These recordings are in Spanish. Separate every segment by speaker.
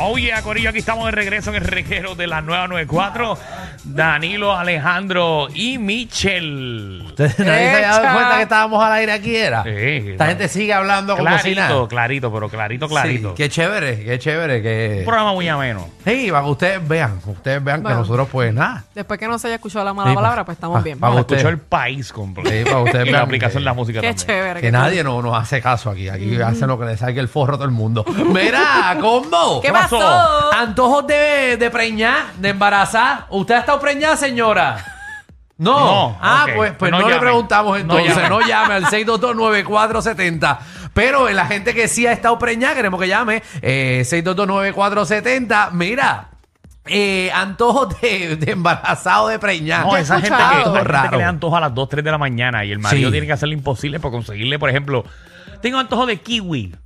Speaker 1: Oye, Oh, Corillo, aquí estamos de regreso en el reguero de la 994. Danilo, Alejandro y Michel.
Speaker 2: Entonces, nadie se había
Speaker 3: Echa.
Speaker 2: dado cuenta que estábamos al aire aquí, era.
Speaker 1: Sí,
Speaker 2: Esta
Speaker 1: la-
Speaker 2: gente sigue hablando como si nada.
Speaker 1: Clarito, clarito, pero clarito, clarito.
Speaker 2: Sí, qué chévere, qué chévere. Que...
Speaker 1: Un programa muy ameno.
Speaker 2: Sí, para que ustedes vean, ustedes vean
Speaker 3: Bueno.
Speaker 2: que nosotros pues nada.
Speaker 3: Después que no se haya escuchado la mala
Speaker 2: Sí, Ah,
Speaker 3: palabra,
Speaker 2: pa-
Speaker 3: pues estamos
Speaker 2: pa-
Speaker 3: bien.
Speaker 2: pa-
Speaker 1: Lo
Speaker 2: Para
Speaker 1: escuchó
Speaker 2: usted.
Speaker 1: el país completo.
Speaker 2: Sí, para ustedes
Speaker 1: y la
Speaker 2: vean
Speaker 1: aplicación
Speaker 2: que-
Speaker 1: la música
Speaker 3: Qué
Speaker 1: también.
Speaker 3: chévere.
Speaker 2: Que nadie no- nos hace caso aquí. Aquí hace lo que le salga el forro a todo el mundo. Mira, combo.
Speaker 3: ¿Qué
Speaker 1: ¿Qué pasó?
Speaker 3: pasó?
Speaker 2: Antojos de, de preñar, de embarazar. ¿Usted ha estado preñada, señora? No.
Speaker 1: No,
Speaker 2: ah,
Speaker 1: ok.
Speaker 2: pues, pues
Speaker 1: No
Speaker 2: no, le
Speaker 1: llamen.
Speaker 2: preguntamos
Speaker 1: No
Speaker 2: entonces.
Speaker 1: llamen.
Speaker 2: No llame al 6229470. Pero en la gente que sí ha estado preñada, queremos que llame eh, 6229470. Mira. eh, antojos de, de embarazado, de preñar.
Speaker 1: No,
Speaker 3: he
Speaker 1: esa gente, que,
Speaker 3: escuchado.
Speaker 1: esa gente
Speaker 2: Raro.
Speaker 1: que le da antojo a las 2, 3 de la mañana y el marido
Speaker 2: Sí.
Speaker 1: tiene que hacer lo imposible por conseguirle, por ejemplo, tengo antojo de kiwi.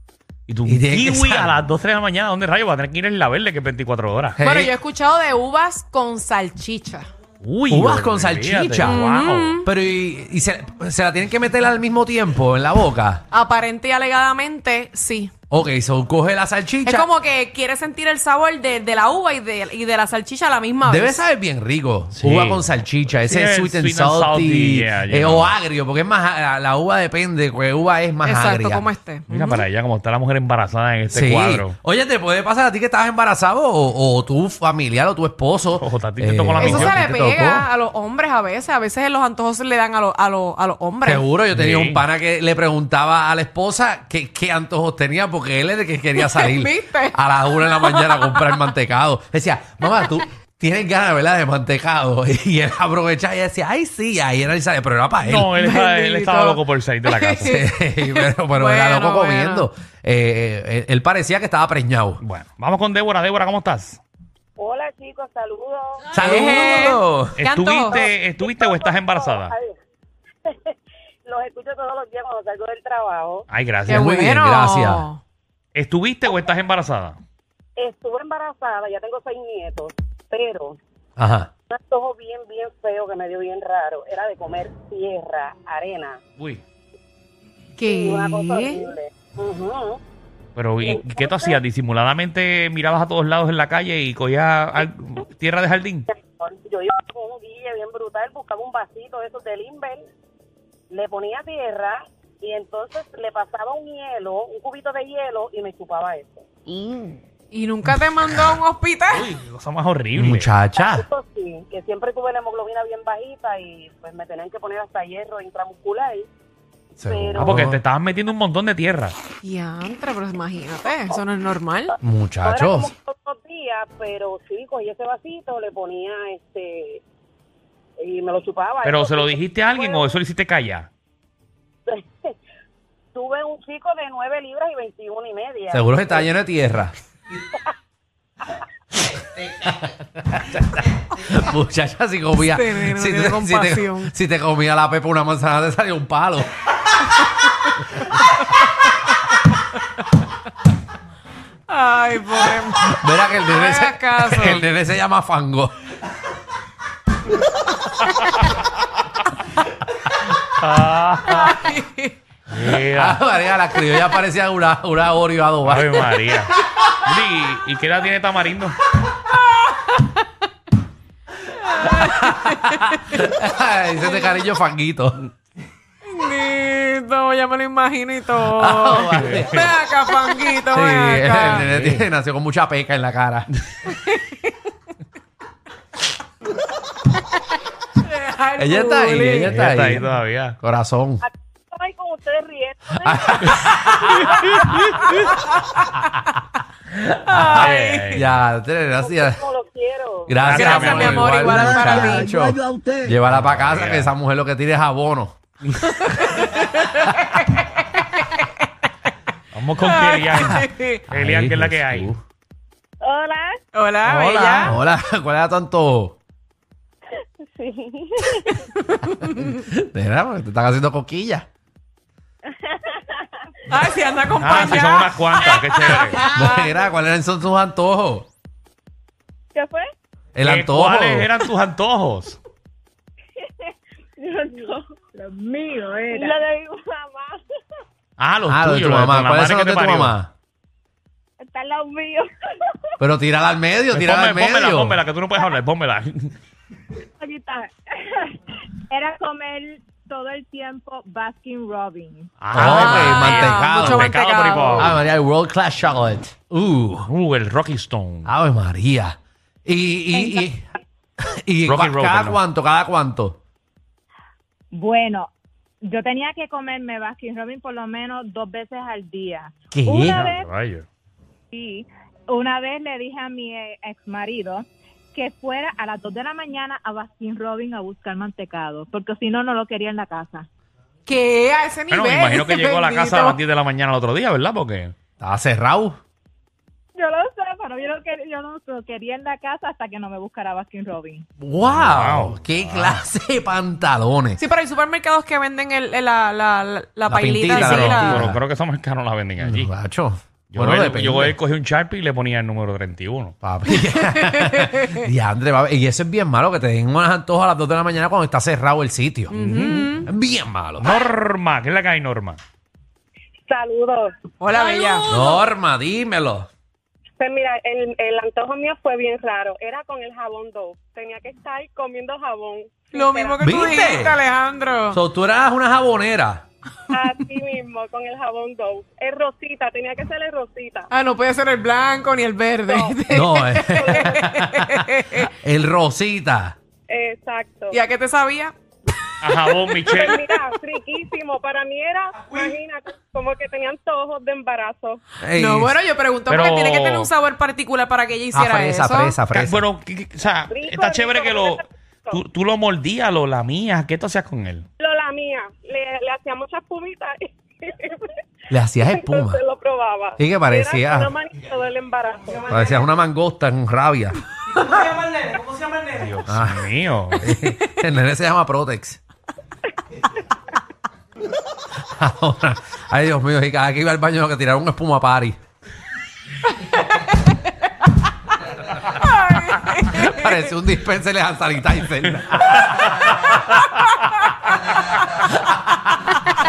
Speaker 1: Y tú,
Speaker 2: Y tiene que
Speaker 1: kiwi a
Speaker 2: saber.
Speaker 1: las 2, 3 de la mañana, ¿dónde rayo? Va a tener que ir en la verde que es 24 horas.
Speaker 2: Hey.
Speaker 3: Bueno, yo he escuchado de uvas con salchicha.
Speaker 1: Uy,
Speaker 2: Uvas
Speaker 1: olvídate,
Speaker 2: con salchicha.
Speaker 1: Wow.
Speaker 2: Pero y, y se, se la tienen que meter al mismo tiempo en la boca.
Speaker 3: Aparente y alegadamente, sí.
Speaker 2: Ok, so coge la salchicha.
Speaker 3: Es como que quiere sentir el sabor de, de la uva y de, y de la salchicha a la misma vez.
Speaker 2: Debe saber bien rico.
Speaker 1: Sí.
Speaker 2: Uva con salchicha, ese
Speaker 1: Sí, el
Speaker 2: sweet and
Speaker 1: sweet and
Speaker 2: salty,
Speaker 1: salty, yeah, yeah.
Speaker 2: eh, o agrio, porque es más la, la uva depende, porque uva es más
Speaker 3: Exacto,
Speaker 2: agria.
Speaker 3: como esté.
Speaker 1: Mira para allá como está la mujer embarazada en este
Speaker 2: Sí.
Speaker 1: cuadro.
Speaker 2: Oye, ¿te puede pasar a ti que estabas embarazado o, o tu familiar o tu esposo? Eh,
Speaker 1: Ojo, a ti te tocó la
Speaker 3: Eso
Speaker 1: Amigo,
Speaker 3: se
Speaker 1: ¿a
Speaker 3: le
Speaker 2: te tocó.
Speaker 3: pega a los hombres a veces. A veces los antojos se le dan a, los- a, los- a los hombres.
Speaker 2: Seguro, yo tenía
Speaker 1: Sí.
Speaker 2: un pana que le preguntaba a la esposa qué, qué antojos tenía porque él era el que quería salir
Speaker 3: ¿Viste?
Speaker 2: a las una de la mañana a comprar mantecado. Decía, mamá, tú tienes ganas, ¿verdad?, de mantecado. Y él aprovechaba y decía, ay, sí, ahí era el sale, pero era para él.
Speaker 1: No, él, estaba- él estaba
Speaker 3: Bendito.
Speaker 1: loco por salir de la casa.
Speaker 2: Sí, pero, pero
Speaker 3: Bueno,
Speaker 2: era loco
Speaker 3: bueno.
Speaker 2: comiendo. Eh, eh, él parecía que estaba preñado.
Speaker 1: Bueno, vamos con Débora. Débora, ¿cómo estás?
Speaker 4: Hola chicos, saludos.
Speaker 2: ¡Saludos!
Speaker 3: ¿Qué antojo?
Speaker 1: ¿Estuviste, ¿Estuviste o estás embarazada?
Speaker 4: Ay, Los escucho todos los días cuando salgo del trabajo.
Speaker 1: Ay,
Speaker 3: Qué
Speaker 1: gracias.
Speaker 2: Muy bien,
Speaker 3: bueno.
Speaker 2: gracias.
Speaker 1: ¿Estuviste o estás embarazada?
Speaker 4: Estuve embarazada, ya tengo seis nietos, pero un
Speaker 2: Ajá.
Speaker 4: antojo bien, bien feo que me dio bien raro era de comer tierra, arena.
Speaker 1: Uy.
Speaker 4: Y una cosa
Speaker 3: ¿Qué?
Speaker 4: horrible. Ujú.
Speaker 1: Pero, ¿y qué tú hacías? ¿Disimuladamente mirabas a todos lados en la calle y cogías al- tierra de jardín?
Speaker 4: Yo iba con un guille bien brutal, buscaba un vasito de esos de Limber, le ponía tierra y entonces le pasaba un hielo, un cubito de hielo y me chupaba eso.
Speaker 3: ¿Y nunca te mandó a un hospital?
Speaker 1: Uy, qué cosa más horrible. Ah.
Speaker 2: Muchacha.
Speaker 4: Eso sí, que siempre tuve la hemoglobina bien bajita y pues me tenían que poner hasta hierro intramuscular.
Speaker 2: Seguro.
Speaker 1: Ah, porque te estabas metiendo un montón de tierra.
Speaker 3: Diantre, pero imagínate, eso no es normal.
Speaker 4: Ahora como
Speaker 2: Muchachos.
Speaker 4: que todos los días, pero sí, cogía ese vasito, le ponía este y me lo chupaba.
Speaker 1: Pero,
Speaker 4: Eso
Speaker 1: ¿se lo
Speaker 4: sí,
Speaker 1: dijiste a alguien o
Speaker 4: tuve-
Speaker 1: eso lo hiciste callar?
Speaker 4: Tuve un chico de 9 libras y 21 y media.
Speaker 2: Seguro que está lleno de tierra. Muchacha, si comía.
Speaker 3: Este nene no
Speaker 2: si,
Speaker 3: tiene
Speaker 2: te, si, te,
Speaker 3: compasión.
Speaker 2: si te comía la pepa una manzana, te salía un palo.
Speaker 3: Ay, pobre.
Speaker 2: Verá que el
Speaker 3: No
Speaker 2: nene,
Speaker 3: hagas caso.
Speaker 2: se, el nene se llama Fango. Ah,
Speaker 1: Mira.
Speaker 2: Ah, María, la criolla parecía una, una Oreo adobada.
Speaker 1: Ave María. Mira, ¿Y, ¿Y qué edad tiene Tamarindo?
Speaker 2: Dice de cariño Fanguito.
Speaker 3: Bendito, ya me lo imagino y todo.
Speaker 2: Ah, vale.
Speaker 3: Ven acá, fanguito,
Speaker 2: Sí,
Speaker 3: ven
Speaker 2: el
Speaker 3: acá.
Speaker 2: nene tiene- nació con mucha peca en la cara.
Speaker 3: Deja el
Speaker 2: Ella está ahí,
Speaker 3: bullying.
Speaker 2: ella está
Speaker 1: Ella está
Speaker 2: ahí.
Speaker 1: ahí todavía.
Speaker 2: Corazón.
Speaker 4: Ay, con ustedes riendo.
Speaker 1: Ah, Ay, ay.
Speaker 2: Ya, tiene- gracias.
Speaker 4: No lo quiero.
Speaker 2: Gracias,
Speaker 1: Gracias, mi amor,
Speaker 3: igual es para ti.
Speaker 2: muchacho. Llévala para casa, que esa mujer lo que tiene es abono.
Speaker 1: Vamos con Kelian. Kelian, que es la que hay.
Speaker 4: Hola.
Speaker 3: Hola,
Speaker 2: Hola,
Speaker 3: bella.
Speaker 2: hola, ¿cuál era tanto?
Speaker 4: Sí.
Speaker 2: De nada, porque te están haciendo coquillas.
Speaker 3: Ay, si anda
Speaker 1: Ah, sí, son
Speaker 3: acompañada.
Speaker 1: unas cuantas. Qué chévere.
Speaker 2: De nada, ¿cuáles son sus antojos?
Speaker 4: ¿Qué fue?
Speaker 2: El
Speaker 1: Eh,
Speaker 2: antojo.
Speaker 1: ¿Cuáles eran tus antojos?
Speaker 4: Los míos era. Lo de mi mamá.
Speaker 1: Ah, los
Speaker 2: Ah, lo de
Speaker 1: tuyos.
Speaker 2: tu
Speaker 1: los
Speaker 2: mamá.
Speaker 1: la
Speaker 2: ¿Cuáles
Speaker 1: madre
Speaker 2: son
Speaker 1: que
Speaker 2: los de
Speaker 1: te
Speaker 2: tu
Speaker 1: parió.
Speaker 2: mamá?
Speaker 4: Están los míos.
Speaker 2: Pero tírala al medio, tírala al
Speaker 1: Pues Ponme-
Speaker 2: medio.
Speaker 1: Pónmela, pónmela, que tú no puedes hablar, pónmela.
Speaker 5: Ollita, era comer todo el tiempo Baskin Robbins.
Speaker 2: Ah, mantecado.
Speaker 3: mucho
Speaker 1: Mantecado,
Speaker 3: mantecado.
Speaker 1: por ahí,
Speaker 2: Ave Ah, María, el World Class Chocolate. Uh, Ah,
Speaker 1: por- Uh, el Rocky Stone.
Speaker 2: Ave María. Y, y, y, y
Speaker 1: Rocky
Speaker 2: cua-
Speaker 1: Road,
Speaker 2: cada
Speaker 1: perdón.
Speaker 2: cuánto, cada cuánto.
Speaker 5: Bueno, yo tenía que comerme Baskin Robbins por lo menos dos veces al día.
Speaker 2: ¿Qué?
Speaker 5: Una vez,
Speaker 1: Rayo.
Speaker 5: sí, una vez le dije a mi ex marido que fuera a las dos de la mañana a Baskin Robbins a buscar mantecado, porque si no, no lo quería en la casa.
Speaker 3: ¿Qué? A ese nivel.
Speaker 1: Bueno, me imagino que llegó a la casa a las
Speaker 3: Bendito.
Speaker 1: 10 de la mañana el otro día, ¿verdad? Porque
Speaker 2: Estaba cerrado.
Speaker 5: Yo lo sé, pero yo, no quer- yo no lo quería en la casa hasta que no me buscara Baskin Robbins.
Speaker 2: ¡Wow!
Speaker 1: Wow.
Speaker 2: ¡Qué clase de pantalones!
Speaker 3: Sí, pero hay supermercados que venden el, el- la, la, la, la
Speaker 2: pintita,
Speaker 3: pailita.
Speaker 2: la
Speaker 3: sí, la-
Speaker 2: pintita.
Speaker 1: pero creo que esa marca no la venden allí.
Speaker 2: Macho.
Speaker 1: Yo,
Speaker 2: bueno,
Speaker 1: voy,
Speaker 2: depende.
Speaker 1: yo voy, cogí un Sharpie y le ponía el número 31.
Speaker 2: Papi. y André, papi, y eso es bien malo, que te den unas antojos a las 2 de la mañana cuando está cerrado el sitio. Es Bien malo.
Speaker 1: Norma, ¿qué es la que hay, Norma?
Speaker 4: Saludos.
Speaker 3: Hola, bella.
Speaker 2: Norma, dímelo.
Speaker 4: Pues mira, el, el antojo mío fue bien raro. Era con el jabón Dove. Tenía que estar comiendo jabón.
Speaker 3: Lo mismo que tú
Speaker 2: ¿Viste?
Speaker 3: dijiste, Alejandro.
Speaker 2: So, tú eras una jabonera.
Speaker 4: A ti mismo, con el jabón Dove. Es rosita, tenía que ser el rosita.
Speaker 3: Ah, no puede ser el blanco ni el verde.
Speaker 2: No, eh. el Rosita.
Speaker 4: Exacto.
Speaker 3: ¿Y a qué te sabía?
Speaker 1: A jabón,
Speaker 4: Pues
Speaker 1: Michelle.
Speaker 4: mira, riquísimo. Para mí era, imagínate, como que tenían ojos de embarazo.
Speaker 2: Ey,
Speaker 3: No, bueno, yo pregunto porque
Speaker 1: Pero-
Speaker 3: tiene que tener un sabor particular para que ella
Speaker 2: ah,
Speaker 3: hiciera
Speaker 2: fresa,
Speaker 3: eso.
Speaker 2: fresa, fresa.
Speaker 1: Bueno, que- que- o sea,
Speaker 4: Rico,
Speaker 1: está chévere
Speaker 4: rico,
Speaker 1: que lo.
Speaker 4: rico.
Speaker 1: Tú, tú lo mordías, lo lamías. ¿Qué tú hacías con él?
Speaker 4: Lo lamía, le, le hacía muchas pumitas. y-
Speaker 2: Le hacías espuma.
Speaker 4: Entonces lo probaba.
Speaker 2: Sí, que parecía-
Speaker 4: Era una manito del embarazo.
Speaker 2: Parecías una mangosta en rabia.
Speaker 3: ¿Cómo se llama el nene? ¿Cómo se llama el nene?
Speaker 1: Dios mío.
Speaker 2: El nene se llama Protex. Ahora, ay Dios mío, y cada que iba al baño lo que tiraron un espuma party. Parecía un dispenser de hand sanitizer.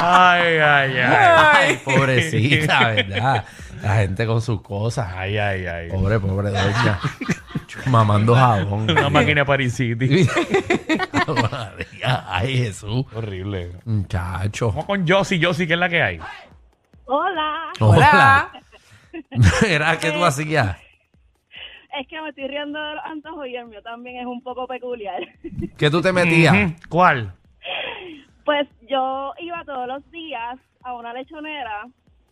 Speaker 1: Ay, ay, ay.
Speaker 2: Ay, pobrecita, ¿verdad? La gente con sus cosas.
Speaker 1: Ay, ay, ay.
Speaker 2: Pobre, pobre doña. Mamando jabón.
Speaker 1: Una máquina Paris City.
Speaker 2: María, Ay, Jesús.
Speaker 1: Horrible.
Speaker 2: Muchacho.
Speaker 1: Vamos con Josie, Josie, ¿qué es la que hay?
Speaker 5: Hola,
Speaker 3: Hola.
Speaker 2: Era que
Speaker 1: Eh.
Speaker 2: tú hacías.
Speaker 5: es que me estoy riendo de los antojos y el mío también es un poco peculiar.
Speaker 2: Que tú te metías.
Speaker 1: Ujú. ¿Cuál?
Speaker 5: Pues yo iba todos los días a una lechonera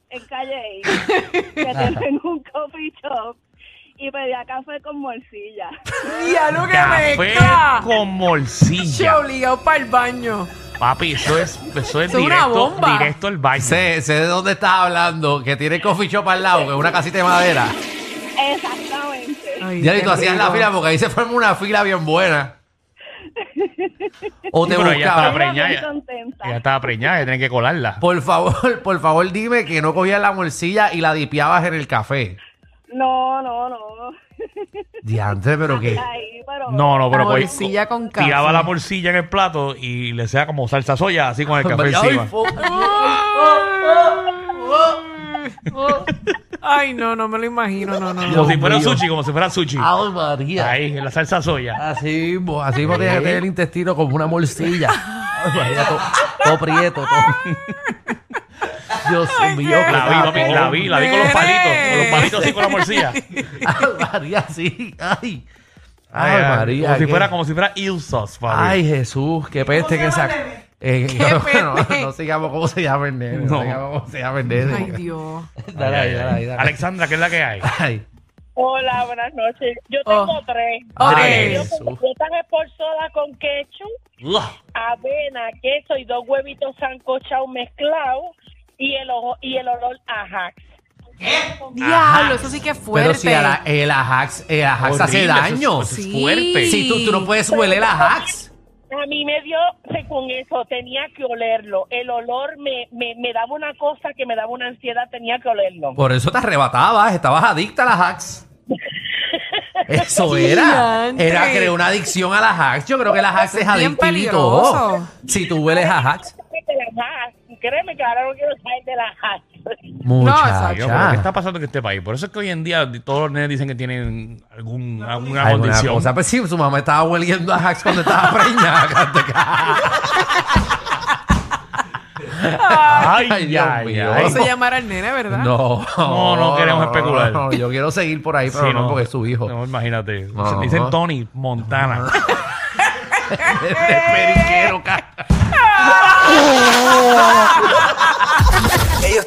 Speaker 5: en Calle, que tienen un coffee shop, y pedía café con morcilla.
Speaker 3: Ya lo que
Speaker 1: Café
Speaker 3: mezcla.
Speaker 1: con
Speaker 3: Se
Speaker 1: morcilla.
Speaker 3: obligado para el baño.
Speaker 1: Papi, eso es, eso es
Speaker 3: Es una
Speaker 1: directo,
Speaker 3: bomba.
Speaker 1: directo al baño.
Speaker 2: Sé, sé de dónde estás hablando, que tiene coffee shop al lado, que es una casita de madera.
Speaker 5: Exactamente.
Speaker 2: Ya y tú hacías la fila porque ahí se forma una fila bien buena. O te
Speaker 1: Pero ella estaba
Speaker 2: buscaban.
Speaker 1: preñada.
Speaker 5: muy
Speaker 1: ella-
Speaker 5: contenta.
Speaker 1: Ella estaba preñada, ella tenía que colarla.
Speaker 2: Por favor, por favor, dime que no cogías la morcilla y la dipiabas en el café.
Speaker 5: No, no, no.
Speaker 2: Diantre, pero que.
Speaker 5: Ahí, pero
Speaker 1: No, no, pero
Speaker 3: La
Speaker 1: pues,
Speaker 3: morcilla con café.
Speaker 1: tiraba la morcilla en el plato y le sea como salsa soya, así con el café
Speaker 2: Ay,
Speaker 1: encima.
Speaker 2: fo-
Speaker 3: Ay, no, no me lo imagino, no, no. no.
Speaker 1: Como si fuera
Speaker 2: Dios mío. Ah,
Speaker 1: sushi, como si fuera sushi.
Speaker 2: Ay, María.
Speaker 1: Ahí, en la salsa soya.
Speaker 2: Así mismo, así mismo tienes que tener el intestino como una morcilla. Ay, María, todo, todo prieto, todo- Dios mío. qué
Speaker 1: La vi, papi, la
Speaker 2: tapón.
Speaker 1: vi, la vi con los palitos, con los palitos así con la morcilla.
Speaker 2: Ay, María, sí. Ay,
Speaker 1: Ay,
Speaker 2: ay,
Speaker 1: ay,
Speaker 2: María.
Speaker 1: Como si
Speaker 2: qué-
Speaker 1: fuera, como si fuera eel sauce, papi.
Speaker 2: Ay, Jesús, qué peste que esa. Eh,
Speaker 3: ¿Qué
Speaker 2: no,
Speaker 3: peste?
Speaker 2: no, no sigamos cómo se llama el nene. No,
Speaker 1: No.
Speaker 2: sigamos cómo se llama el
Speaker 3: Ay,
Speaker 2: nene.
Speaker 3: Dios.
Speaker 2: Dale
Speaker 1: Ay,
Speaker 2: ahí,
Speaker 1: ay,
Speaker 2: dale
Speaker 1: ay.
Speaker 2: ahí, dale ahí.
Speaker 1: Alexandra, ¿qué es la que hay?
Speaker 2: Ay.
Speaker 4: Hola, buenas noches. Yo
Speaker 3: Oh.
Speaker 4: tengo tres.
Speaker 3: Ok.
Speaker 2: Ay,
Speaker 4: Yo
Speaker 2: Jesús.
Speaker 4: como tan esporzada con ketchup,
Speaker 1: Uah.
Speaker 4: avena, queso y dos huevitos sancochados mezclados y el, ojo, y el olor a hacks.
Speaker 3: Diablo, eso sí que es fuerte.
Speaker 2: Pero si a la- el Ajax, el Ajax Ah, hace
Speaker 1: Horrible, eso es- eso
Speaker 2: daño.
Speaker 1: es
Speaker 3: Sí.
Speaker 1: fuerte.
Speaker 2: Si tú, tú no puedes huele el Ajax.
Speaker 4: A mí me dio, con eso, tenía que olerlo. El olor me, me, me daba una cosa que me daba una ansiedad, tenía que olerlo.
Speaker 2: Por eso te arrebatabas, estabas adicta a las hacks. Eso era.
Speaker 3: Diantre.
Speaker 2: Era crear una adicción a las hacks. Yo creo que las hacks es
Speaker 3: Bien
Speaker 2: adictivo.
Speaker 3: peligroso.
Speaker 2: Si tú hueles a hacks.
Speaker 4: De la Ajax. Créeme que ahora no quiero salir de la hacks.
Speaker 2: Muchacha.
Speaker 3: exacto.
Speaker 1: Dios, pero ¿Qué está pasando en este país? Por eso es que hoy en día todos los nenes dicen que tienen algún, alguna
Speaker 2: Alguna
Speaker 1: condición.
Speaker 2: cosa. Pues sí, su mamá estaba hueliendo a Jax cuando estaba preñada.
Speaker 1: Ay,
Speaker 2: Ay, Dios mío.
Speaker 1: ay.
Speaker 3: Eso se llamará el nene, ¿verdad?
Speaker 2: No,
Speaker 1: No, no queremos especular.
Speaker 2: no, yo quiero seguir por ahí, pero
Speaker 1: Sí,
Speaker 2: no, porque es su hijo.
Speaker 1: No, imagínate.
Speaker 2: No, no,
Speaker 1: Dicen
Speaker 2: no.
Speaker 1: Tony Montana.
Speaker 2: Este periquero, ca-
Speaker 6: Ellos